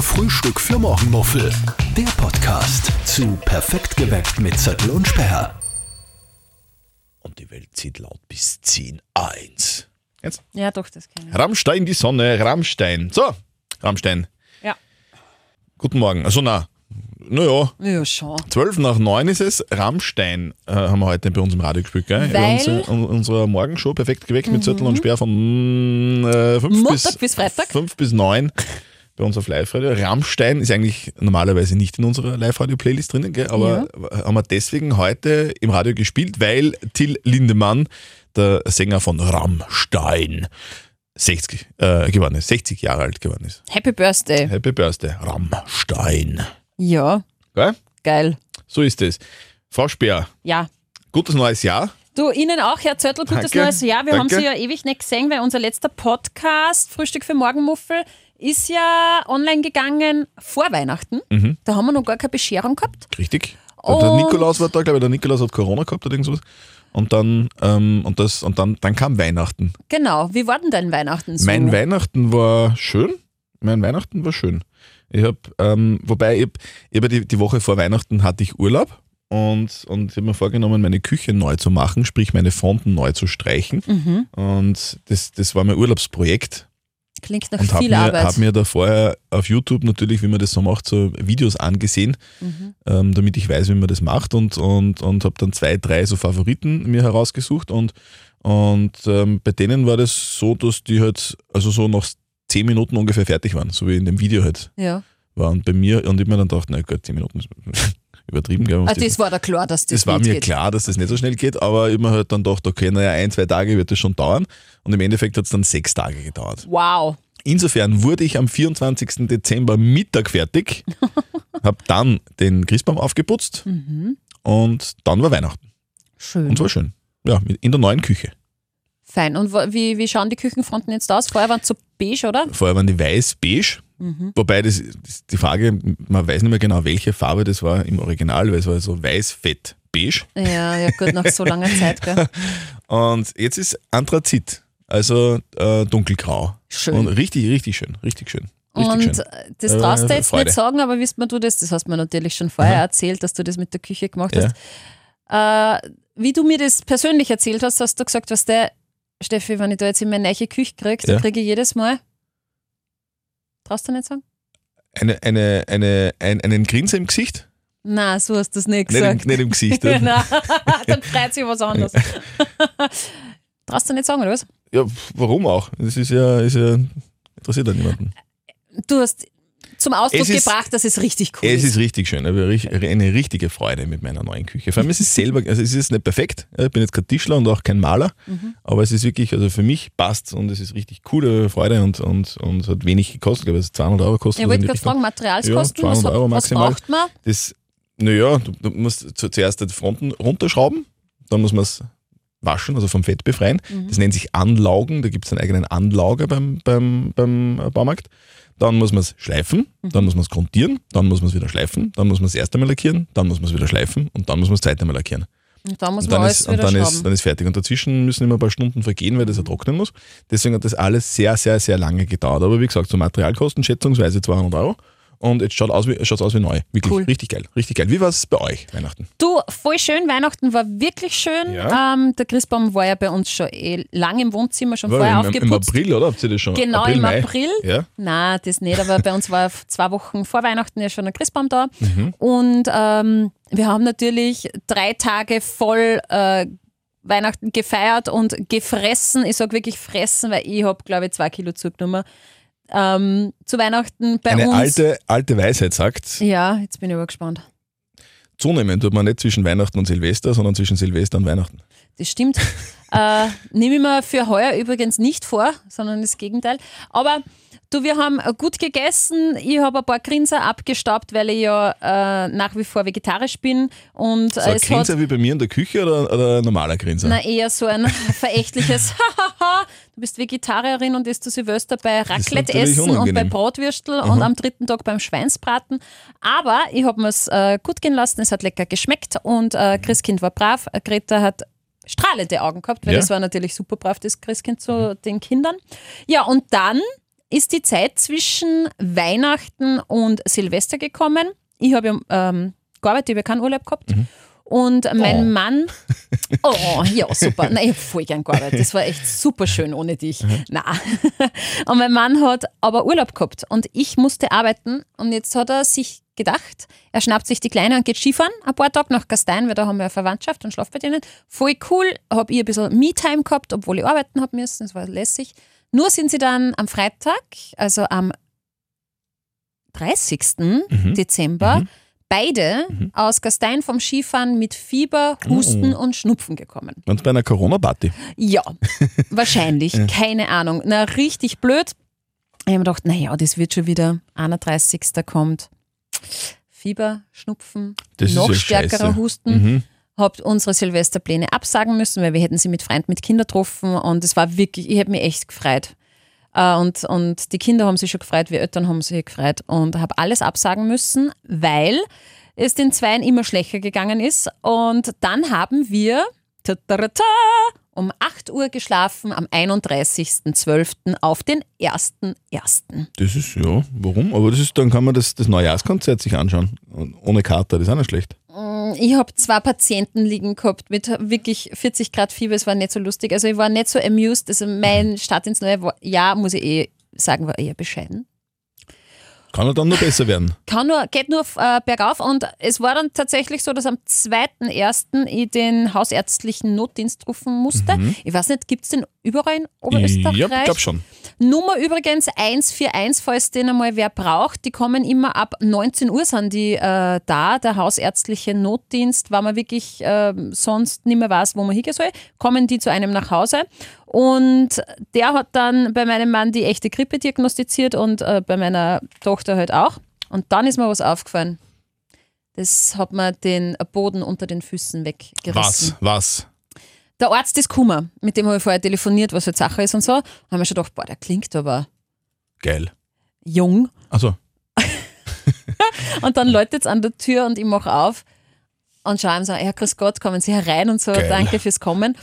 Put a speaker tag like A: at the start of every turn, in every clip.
A: Frühstück für Morgenmuffel. Der Podcast zu Perfekt geweckt mit Zettel und Sperr.
B: Und die Welt zieht laut bis 10, 1. Jetzt?
C: Ja, doch, das kenne ich.
B: Rammstein, die Sonne, Rammstein. So, Rammstein.
C: Ja.
B: Guten Morgen. Also, na, naja,
C: Ja, schon.
B: 12 nach 9 ist es. Rammstein äh, haben wir heute bei uns im Radio gespielt, gell?
C: Weil- Mhm.
B: Unsere, un- unsere Morgenshow, perfekt geweckt mit Zettel und Sperr von mm, äh, 5
C: Montag
B: bis,
C: bis Freitag.
B: 5 bis 9 bei uns auf Live-Radio. Rammstein ist eigentlich normalerweise nicht in unserer Live-Radio-Playlist drinnen, gell? aber haben wir deswegen heute im Radio gespielt, weil Till Lindemann, der Sänger von Rammstein, 60 äh, geworden ist, 60 Jahre alt geworden ist.
C: Happy Birthday.
B: Happy Birthday, Rammstein.
C: Ja,
B: Gell?
C: geil.
B: So ist es. Frau Speer,
C: Ja.
B: gutes neues Jahr.
C: Du, Ihnen auch, Herr Zörtl, gutes
B: Danke.
C: neues Jahr. Wir haben
B: Danke.
C: Sie ja ewig nicht gesehen, weil unser letzter Podcast, Frühstück für Morgenmuffel, ist ja online gegangen vor Weihnachten. Da haben wir noch gar keine Bescherung gehabt.
B: Richtig. der
C: Und-
B: Nikolaus war da, glaube ich, der Nikolaus hat Corona gehabt oder irgend sowas. Und dann, ähm, und das, und dann, dann kam Weihnachten.
C: Genau. Wie war denn dein Weihnachten so?
B: Mein Weihnachten war schön. Mein Weihnachten war schön. Ich habe, ähm, wobei ich, hab- ich hab ja die, die Woche vor Weihnachten hatte ich Urlaub und, und ich habe mir vorgenommen, meine Küche neu zu machen, sprich meine Fronten neu zu streichen.
C: Mhm.
B: Und das, das war mein Urlaubsprojekt.
C: Klingt nach
B: und habe
C: viel
B: mir,
C: Arbeit.
B: hab mir da vorher auf YouTube natürlich, wie man das so macht, so Videos angesehen,
C: Mhm.
B: ähm, damit ich weiß, wie man das macht und, und, und habe dann zwei, drei so Favoriten mir herausgesucht und, und ähm, bei denen war das so, dass die halt, also so nach zehn Minuten ungefähr fertig waren, so wie in dem Video halt
C: ja.
B: waren bei mir und ich mir dann dachte, na Gott, zehn Minuten ist übertrieben, gell?
C: Ah, das war da klar, dass das,
B: Das war
C: nicht
B: mir
C: geht.
B: klar, dass das nicht so schnell geht, aber ich hab mir halt dann gedacht, okay, naja, ein, zwei Tage wird das schon dauern und im Endeffekt hat es dann sechs Tage gedauert.
C: Wow.
B: Insofern wurde ich am 24. Dezember Mittag fertig, habe dann den Christbaum aufgeputzt
C: Mhm.
B: und dann war Weihnachten.
C: Schön.
B: Und es war schön. Ja, mit- in der neuen Küche.
C: Fein. Und wa- wie, wie schauen die Küchenfronten jetzt aus? Vorher waren sie so beige, oder?
B: Vorher waren die weiß-beige,
C: Mhm.
B: wobei das, das die Frage, man weiß nicht mehr genau, welche Farbe das war im Original, weil es war so weiß-fett-beige.
C: Ja, ja, gut, nach so langer Zeit, gell?
B: Und jetzt ist Anthrazit, also äh, dunkelgrau.
C: Schön.
B: Und richtig, richtig schön, richtig schön. Richtig
C: Und
B: schön.
C: äh, das traust du
B: Äh,
C: jetzt
B: Freude.
C: nicht sagen, aber wisst man du das? Das hast du mir natürlich schon vorher erzählt, dass du das mit der Küche gemacht
B: Ja.
C: hast. Äh, wie du mir das persönlich erzählt hast, hast du gesagt, was der Steffi, wenn ich da jetzt in meine neue Küche kriege,
B: Ja.
C: dann kriege ich jedes Mal. Traust du nicht sagen?
B: Eine, eine, eine, ein, einen Grinser im Gesicht?
C: Na, so hast du es nicht
B: Nicht im,
C: gesagt.
B: nicht im Gesicht.
C: Nein, dann freut sich was anderes. traust du nicht sagen, oder was?
B: Ja, pf, warum auch? Das ist ja, ist ja interessiert ja niemanden.
C: Du hast zum Ausdruck
B: Es ist-
C: gebracht, dass es richtig cool
B: Es
C: ist.
B: ist richtig schön, aber rich- eine richtige Freude mit meiner neuen Küche. Vor allem es ist selber, also es ist nicht perfekt. ja, Ich bin jetzt kein Tischler und auch kein Maler,
C: Mhm.
B: aber es ist wirklich, also für mich passt und es ist richtig coole Freude und, und, und es hat wenig gekostet, glaube ich, es hat 200 Euro gekostet.
C: Ich
B: oder in
C: wollte
B: die
C: gerade
B: Richtung.
C: fragen, Materialskosten,
B: Ja,
C: was,
B: 200 Euro
C: was
B: maximal.
C: braucht man?
B: Das, naja, du, du musst zu- zuerst die Fronten runterschrauben, dann muss man es waschen, also vom Fett befreien. Das nennt sich Anlaugen, da gibt es einen eigenen Anlauger beim, beim, beim äh, Baumarkt. Dann muss man es schleifen, dann muss man es grundieren, dann muss man es wieder schleifen, dann muss man es erst einmal lackieren, dann muss man es wieder schleifen und dann muss man es zweite Mal lackieren.
C: Und da muss
B: Und
C: man
B: dann,
C: alles
B: ist, und
C: wieder
B: dann,
C: schrauben.
B: ist, dann ist fertig. Und dazwischen müssen immer ein paar Stunden vergehen, weil das ja trocknen muss. Deswegen hat das alles sehr, sehr, sehr lange gedauert. Aber wie gesagt, so Materialkosten schätzungsweise 200 Euro. Und jetzt schaut aus wie, schaut's aus wie neu. Wirklich,
C: Cool.
B: richtig geil, richtig geil. Wie war es bei euch Weihnachten?
C: Du, voll schön. Weihnachten war wirklich schön.
B: Ja.
C: Ähm, der Christbaum war ja bei uns schon eh lang im Wohnzimmer, schon
B: War
C: vorher
B: im, im
C: aufgeputzt.
B: April, oder? Habt ihr das schon?
C: Genau,
B: April,
C: im
B: Mai?
C: April.
B: Ja.
C: Nein, das nicht, aber bei uns war f- zwei Wochen vor Weihnachten ja schon ein Christbaum da.
B: Mhm.
C: Und ähm, wir haben natürlich drei Tage voll äh, Weihnachten gefeiert und gefressen. Ich sage wirklich fressen, weil ich habe, glaube ich, zwei Kilo zugenommen. Ähm, zu Weihnachten bei
B: Eine
C: uns.
B: alte, alte Weisheit sagt,
C: ja, jetzt bin ich aber gespannt.
B: zunehmend tut man nicht zwischen Weihnachten und Silvester, sondern zwischen Silvester und Weihnachten.
C: Das stimmt. äh, Nehme ich mir für heuer übrigens nicht vor, sondern das Gegenteil. Aber du, wir haben äh, gut gegessen. Ich habe ein paar Grinser abgestaubt, weil ich ja äh, nach wie vor vegetarisch bin. Und
B: So
C: äh,
B: ein
C: es hat
B: Grinser wie bei mir in der Küche oder, oder ein normaler Grinser?
C: na, eher so ein verächtliches Hahaha. du bist Vegetarierin und isst zu Silvester bei
B: ist
C: Raclette
B: natürlich
C: essen und bei
B: unangenehm.
C: Brotwürstel und am dritten Tag beim Schweinsbraten. Aber ich habe mir es äh, gut gehen lassen, es hat lecker geschmeckt und äh, Christkind war brav. Greta hat strahlende Augen gehabt, weil
B: Ja.
C: das war natürlich super brav, das Christkind zu den Kindern. Ja, und dann ist die Zeit zwischen Weihnachten und Silvester gekommen. Ich habe ja, ähm, gearbeitet, ich habe keinen Urlaub gehabt.
B: Mhm.
C: Und mein
B: Oh.
C: Mann, oh ja, super. Nein, ich habe voll gern gearbeitet. Das war echt super schön ohne dich. Na. Und mein Mann hat aber Urlaub gehabt und ich musste arbeiten. Und jetzt hat er sich gedacht, er schnappt sich die Kleine und geht Skifahren ein paar Tage nach Gastein, weil da haben wir eine Verwandtschaft und schlaft bei denen. Voll cool, habe ich ein bisschen Me-Time gehabt, obwohl ich arbeiten habe müssen, das war lässig. Nur sind sie dann am Freitag, also am 30. Dezember, beide aus Gastein vom Skifahren mit Fieber, Husten und Schnupfen gekommen.
B: Und bei einer Corona-Party.
C: Ja, wahrscheinlich. Keine Ahnung. Na, richtig blöd. Ich habe mir gedacht, naja, das wird schon wieder. 31. kommt. Fieber, Schnupfen,
B: Das ist
C: noch
B: ja
C: stärkerer
B: scheiße. Mhm.
C: Husten. Habt unsere Silvesterpläne absagen müssen, weil wir hätten sie mit Freund, mit Kindern getroffen und es war wirklich, ich habe mich echt gefreut. Äh, Und, und die Kinder haben sich schon gefreut, wir Eltern haben sich gefreut und habe alles absagen müssen, weil es den Zweien immer schlechter gegangen ist. Und dann haben wir tatarata, um 8 Uhr geschlafen am 31.12. auf den 1.1.
B: Das ist, ja, warum? Aber das ist, dann kann man das, das Neujahrskonzert sich anschauen. Und ohne Kater, das ist auch nicht schlecht.
C: Ich habe zwei Patienten liegen gehabt mit wirklich 40 Grad Fieber, es war nicht so lustig. Also ich war nicht so amused. Also mein Start ins neue Wo- Jahr, muss ich eh sagen, war eher bescheiden.
B: Kann er dann nur besser werden.
C: Kann nur, geht nur äh, bergauf und es war dann tatsächlich so, dass am 2.1. ich den hausärztlichen Notdienst rufen musste. Ich weiß nicht, gibt es den überall in Oberösterreich?
B: Mhm. Ja, ich glaube schon.
C: Nummer übrigens 141, falls den einmal wer braucht. Die kommen immer ab 19 Uhr, sind die äh, da, der hausärztliche Notdienst, weil man wirklich äh, sonst nicht mehr weiß, wo man hingehen soll, kommen die zu einem nach Hause. Und der hat dann bei meinem Mann die echte Grippe diagnostiziert und äh, bei meiner Tochter halt auch. Und dann ist mir was aufgefallen. Das hat mir den Boden unter den Füßen weggerissen.
B: Was? Was?
C: Der Arzt ist Kummer, mit dem habe ich vorher telefoniert, was halt Sache ist und so. Haben wir schon gedacht, boah, der klingt aber
B: Geil.
C: jung.
B: Also,
C: Und dann läutet es an der Tür und ich mache auf und schaue ihm so, ja, grüß Gott, kommen Sie herein und so,
B: Geil. Ah,
C: danke fürs Kommen.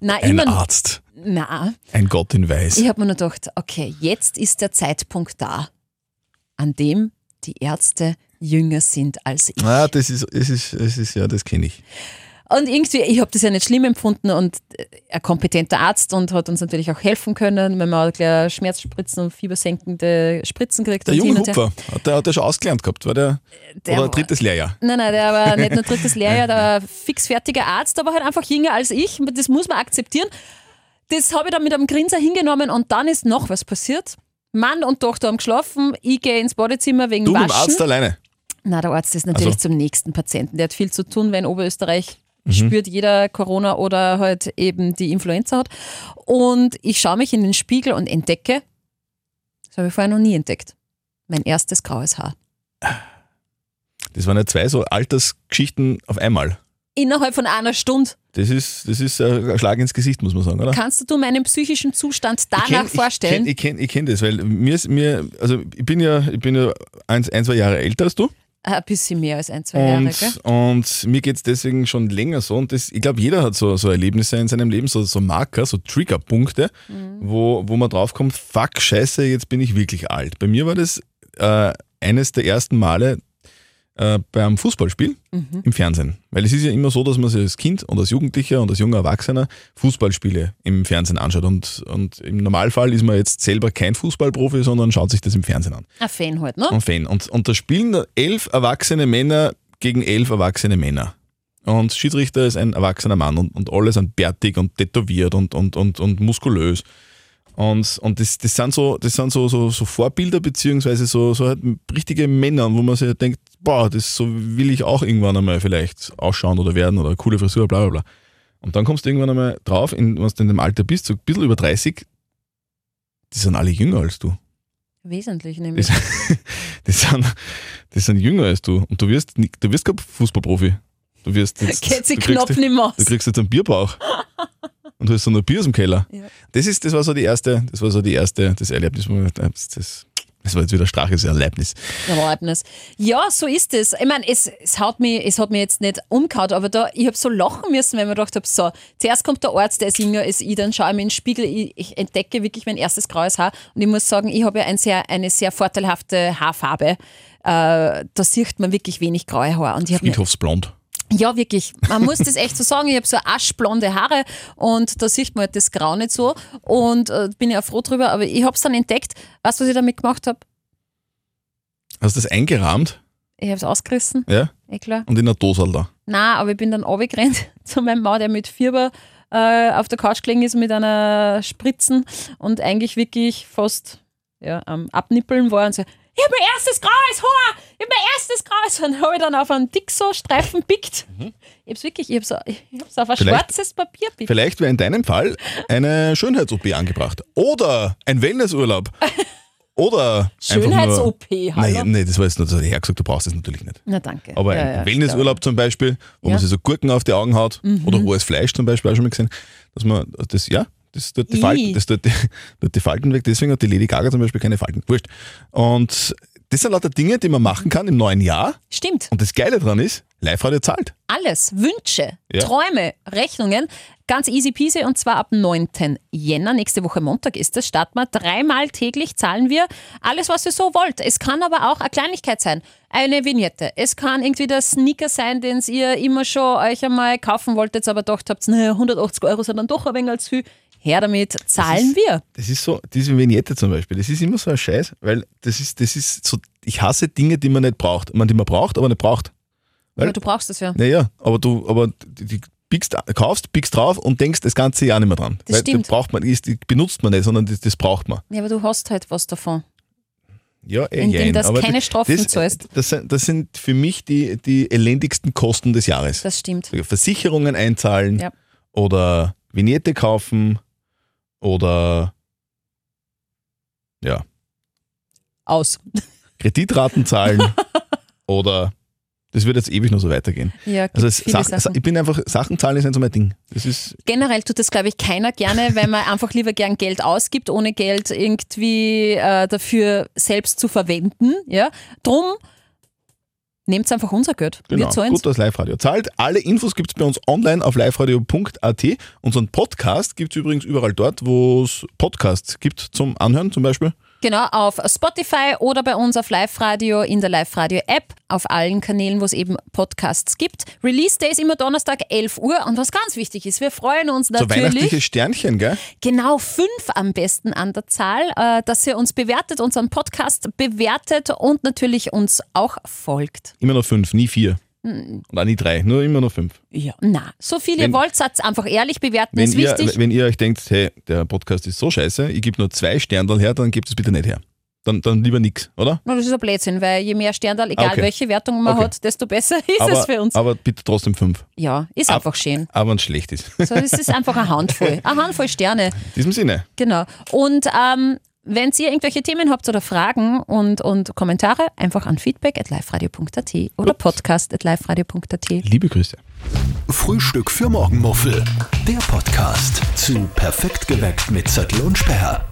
C: na,
B: ein
C: immer,
B: Arzt,
C: na,
B: ein Gott in Weiß.
C: ich habe mir nur gedacht, okay, jetzt ist der Zeitpunkt da, an dem die Ärzte jünger sind als ich.
B: Ah, das ist, es ist, es ist, ja, das kenne ich.
C: Und irgendwie, ich habe das ja nicht schlimm empfunden und äh, ein kompetenter Arzt und hat uns natürlich auch helfen können, wenn man auch gleich Schmerzspritzen und fiebersenkende Spritzen kriegt.
B: Der
C: und
B: junge
C: hin und her.
B: Hupfer, hat der, hat der schon ausgelernt gehabt, war der,
C: Äh, Der
B: oder
C: war-
B: drittes Lehrjahr.
C: Nein, nein, der war nicht nur drittes Lehrjahr, der war fixfertiger Arzt, aber halt einfach jünger als ich. Das muss man akzeptieren. Das habe ich dann mit einem Grinser hingenommen und dann ist noch was passiert. Mann und Tochter haben geschlafen, ich gehe ins Badezimmer wegen
B: Du mit
C: Waschen.
B: dem Arzt alleine.
C: Na, der Arzt ist natürlich
B: Also. Mhm.
C: zum nächsten Patienten. Der hat viel zu tun, weil in Oberösterreich spürt jeder Corona oder halt eben die Influenza hat. Und ich schaue mich in den Spiegel und entdecke, das habe ich vorher noch nie entdeckt, mein erstes graues Haar.
B: Das waren ja zwei so Altersgeschichten auf einmal.
C: Innerhalb von einer Stunde
B: Das ist, das ist ein Schlag ins Gesicht, muss man sagen, oder?
C: kannst du dir meinen psychischen Zustand danach vorstellen?
B: Ich kenne ich kenn, ich kenn das, weil mir ist mir, also ich bin ja, ich bin ja ein, ein, zwei Jahre älter als du.
C: ein bisschen mehr als ein, zwei Jahre, gell?
B: Und, und mir geht es deswegen schon länger so. Und das, ich glaube, jeder hat so, so Erlebnisse in seinem Leben, so, so Marker, so Triggerpunkte,
C: Mhm.
B: wo, wo man draufkommt, fuck, scheiße, jetzt bin ich wirklich alt. Bei mir war das äh, eines der ersten Male äh, beim Fußballspiel
C: Mhm.
B: im Fernsehen. Weil es ist ja immer so, dass man sich als Kind und als Jugendlicher und als junger Erwachsener Fußballspiele im Fernsehen anschaut. Und, und im Normalfall ist man jetzt selber kein Fußballprofi, sondern schaut sich das im Fernsehen an
C: Ein Fan halt, ne?
B: und Fan. Und, und da spielen da elf erwachsene Männer gegen elf erwachsene Männer. Und Schiedsrichter ist ein erwachsener Mann und, und alle sind bärtig und tätowiert und, und, und, und muskulös. Und, und das, das sind, so, das sind so, so, so Vorbilder, beziehungsweise so, so halt richtige Männer, wo man sich halt denkt, boah, das so will ich auch irgendwann einmal vielleicht ausschauen oder werden oder coole Frisur, bla bla bla. Und dann kommst du irgendwann einmal drauf, in, wenn du in dem Alter bist, so ein bisschen über 30, die sind alle jünger als du.
C: Wesentlich nämlich.
B: Das- Die sind, die sind jünger als du und du wirst, ni- du wirst kein Fußballprofi. Du wirst jetzt,
C: Geht sie
B: du, kriegst,
C: Knopf nicht mehr aus.
B: du kriegst jetzt einen Bierbauch und du hast so nur Bier aus dem Keller.
C: Ja.
B: Das ist, das war so die erste, das war so die erste, das Erlebnis, wo ich dachte, das, das Das war jetzt wieder Straches Erlebnis.
C: Erlaubnis. Ja, so ist es. Ich meine, es, es, hat mich, es hat mich jetzt nicht umgehauen, aber da, ich habe so lachen müssen, wenn man gedacht habe, so, zuerst kommt der Arzt, der ist jünger als ich, dann schaue ich mir in den Spiegel, ich, ich entdecke wirklich mein erstes graues Haar und ich muss sagen, ich habe ja ein sehr, eine sehr vorteilhafte Haarfarbe. Äh, da sieht man wirklich wenig graue Haare. Und ich habe mir
B: Friedhofsblond.
C: ja, wirklich. Man muss das echt so sagen. Ich habe so aschblonde Haare und da sieht man halt das Grau nicht so. Und äh, bin ja froh drüber, aber ich habe es dann entdeckt. Weißt du, was ich damit gemacht habe?
B: Hast du das eingerahmt?
C: Ich habe es ausgerissen,
B: Ja.
C: eh klar.
B: Und in der Dose da.
C: Nein, aber ich bin dann runtergerannt zu meinem Mann, der mit Fieber äh, auf der Couch gelegen ist mit einer Spritzen und eigentlich wirklich fast ja, am Abnippeln war und so, ich habe mein erstes graues Haar, ich habe mein erstes graues Haar. Und habe ich dann auf einen Dixo-Streifen pickt. Ich habe es wirklich, ich habe es auf ein
B: Vielleicht-
C: schwarzes Papier pickt.
B: Vielleicht wäre in deinem Fall eine Schönheits-OP angebracht. Oder ein Wellnessurlaub. Oder einfach
C: Schönheits-OP,
B: nur-
C: hallo?
B: Nein, nee, das war jetzt nur so hergesagt, du brauchst das natürlich nicht.
C: Na danke.
B: Aber
C: Ja,
B: ein
C: ja,
B: Wellnessurlaub zum Beispiel, wo
C: Ja. Mhm.
B: man sich so Gurken auf die Augen haut oder rohes Fleisch zum Beispiel, auch schon mal gesehen, dass man das, ja, das tut die
C: Ih.
B: Falten, das tut die, tut die Falten weg. Deswegen hat die Lady Gaga zum Beispiel keine Falten. Wurscht. Und das sind lauter Dinge, die man machen kann im neuen Jahr.
C: Stimmt.
B: Und das Geile daran ist, Live-Radio zahlt.
C: alles, Wünsche,
B: Ja.
C: Träume, Rechnungen, ganz easy peasy und zwar ab 9. Jänner, nächste Woche Montag ist das, starten wir. Dreimal täglich zahlen wir alles, was ihr so wollt. Es kann aber auch eine Kleinigkeit sein, eine Vignette. Es kann irgendwie der Sneaker sein, den ihr immer schon euch einmal kaufen wolltet, aber gedacht habt, naja, 180 Euro sind dann doch ein wenig als viel. Her damit, zahlen
B: ist-
C: wir.
B: Das ist so, diese Vignette zum Beispiel, das ist immer so ein Scheiß, weil das ist, das ist so, ich hasse Dinge, die man nicht braucht. Man, die man braucht, aber nicht braucht. Weil-
C: Aber du brauchst das ja.
B: Naja, aber du, aber die, die biegst, kaufst, biegst drauf und denkst das ganze Jahr nicht mehr dran.
C: Das stimmt.
B: braucht man, ist, die benutzt man nicht, sondern das, das braucht man.
C: Ja, aber du hast halt was davon.
B: Ja, eh,
C: In dem
B: jein,
C: das
B: aber
C: keine
B: das-
C: Strafen
B: das,
C: zahlst.
B: Das sind, das sind für mich die, die elendigsten Kosten des Jahres.
C: Das stimmt.
B: Versicherungen einzahlen
C: Ja.
B: oder Vignette kaufen oder ja,
C: Aus.
B: Kreditraten zahlen oder das wird jetzt ewig noch so weitergehen.
C: Ja, gibt
B: Also es,
C: viele
B: Sach,
C: Sachen.
B: ich bin einfach, Sachen zahlen ist nicht so mein Ding. Das ist
C: Generell tut das, glaube ich, keiner gerne, weil man einfach lieber gern Geld ausgibt, ohne Geld irgendwie äh, dafür selbst zu verwenden. Ja? Drum nehmt einfach unser Geld.
B: Genau,
C: Wir zahlen's.
B: gut, dass Live-Radio zahlt. Alle Infos gibt's bei uns online auf liveradio.at. Unseren Podcast gibt's übrigens überall dort, wo es Podcasts gibt zum Anhören zum Beispiel.
C: Genau, auf Spotify oder bei uns auf Live-Radio, in der Live-Radio-App, auf allen Kanälen, wo es eben Podcasts gibt. Release Day ist immer Donnerstag, 11 Uhr. Und was ganz wichtig ist, wir freuen uns
B: So weihnachtliche
C: natürlich,
B: Sternchen, gell?
C: genau fünf am besten an der Zahl, äh, dass ihr uns bewertet, unseren Podcast bewertet und natürlich uns auch folgt.
B: Immer nur fünf, nie vier.
C: Hm.
B: Und auch nie drei, nur immer nur fünf.
C: Ja. Na, so viel ihr
B: Wenn-
C: wollt, seid einfach ehrlich bewerten,
B: Wenn
C: ist
B: ihr,
C: wichtig.
B: wenn ihr euch denkt, hey, der Podcast ist so scheiße, ich gebe nur zwei Sterndal her, dann gebt es bitte nicht her. Dann, dann lieber nix, oder?
C: Na, das ist ein Blödsinn, weil je mehr Sternal, egal
B: Okay.
C: welche Wertung man
B: Okay.
C: hat, desto besser ist
B: aber,
C: es für uns.
B: aber bitte trotzdem fünf.
C: ja, ist
B: ab-
C: einfach schön.
B: Aber wenn es schlecht ist.
C: So, es ist einfach eine Handvoll. Eine Handvoll Sterne.
B: In diesem Sinne,
C: Genau. Und ähm, wenn ihr irgendwelche Themen habt oder Fragen und, und Kommentare, einfach an feedback at liveradio.at oder podcast at liveradio.at.
B: liebe Grüße.
A: Frühstück für Morgenmuffel. Der Podcast zu Perfekt geweckt mit Zettel und Sperr.